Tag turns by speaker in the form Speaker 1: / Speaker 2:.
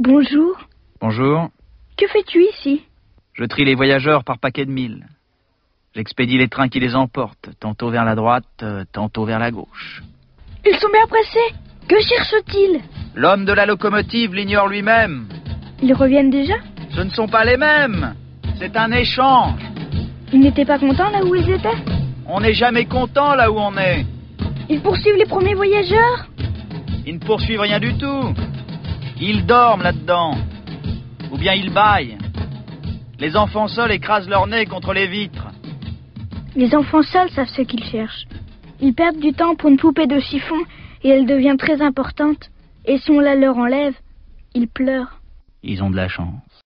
Speaker 1: Bonjour.
Speaker 2: Bonjour.
Speaker 1: Que fais-tu ici
Speaker 2: Je trie les voyageurs par paquet de mille. J'expédie les trains qui les emportent, tantôt vers la droite, euh, tantôt vers la gauche.
Speaker 1: Ils sont bien pressés. Que cherchent-ils
Speaker 2: L'homme de la locomotive l'ignore lui-même.
Speaker 1: Ils reviennent déjà
Speaker 2: Ce ne sont pas les mêmes. C'est un échange.
Speaker 1: Ils n'étaient pas contents là où ils étaient
Speaker 2: On n'est jamais content là où on est.
Speaker 1: Ils poursuivent les premiers voyageurs
Speaker 2: Ils ne poursuivent rien du tout. Ils dorment là-dedans. Ou bien ils baillent. Les enfants seuls écrasent leur nez contre les vitres.
Speaker 1: Les enfants seuls savent ce qu'ils cherchent. Ils perdent du temps pour une poupée de chiffon et elle devient très importante. Et si on la leur enlève, ils pleurent.
Speaker 2: Ils ont de la chance.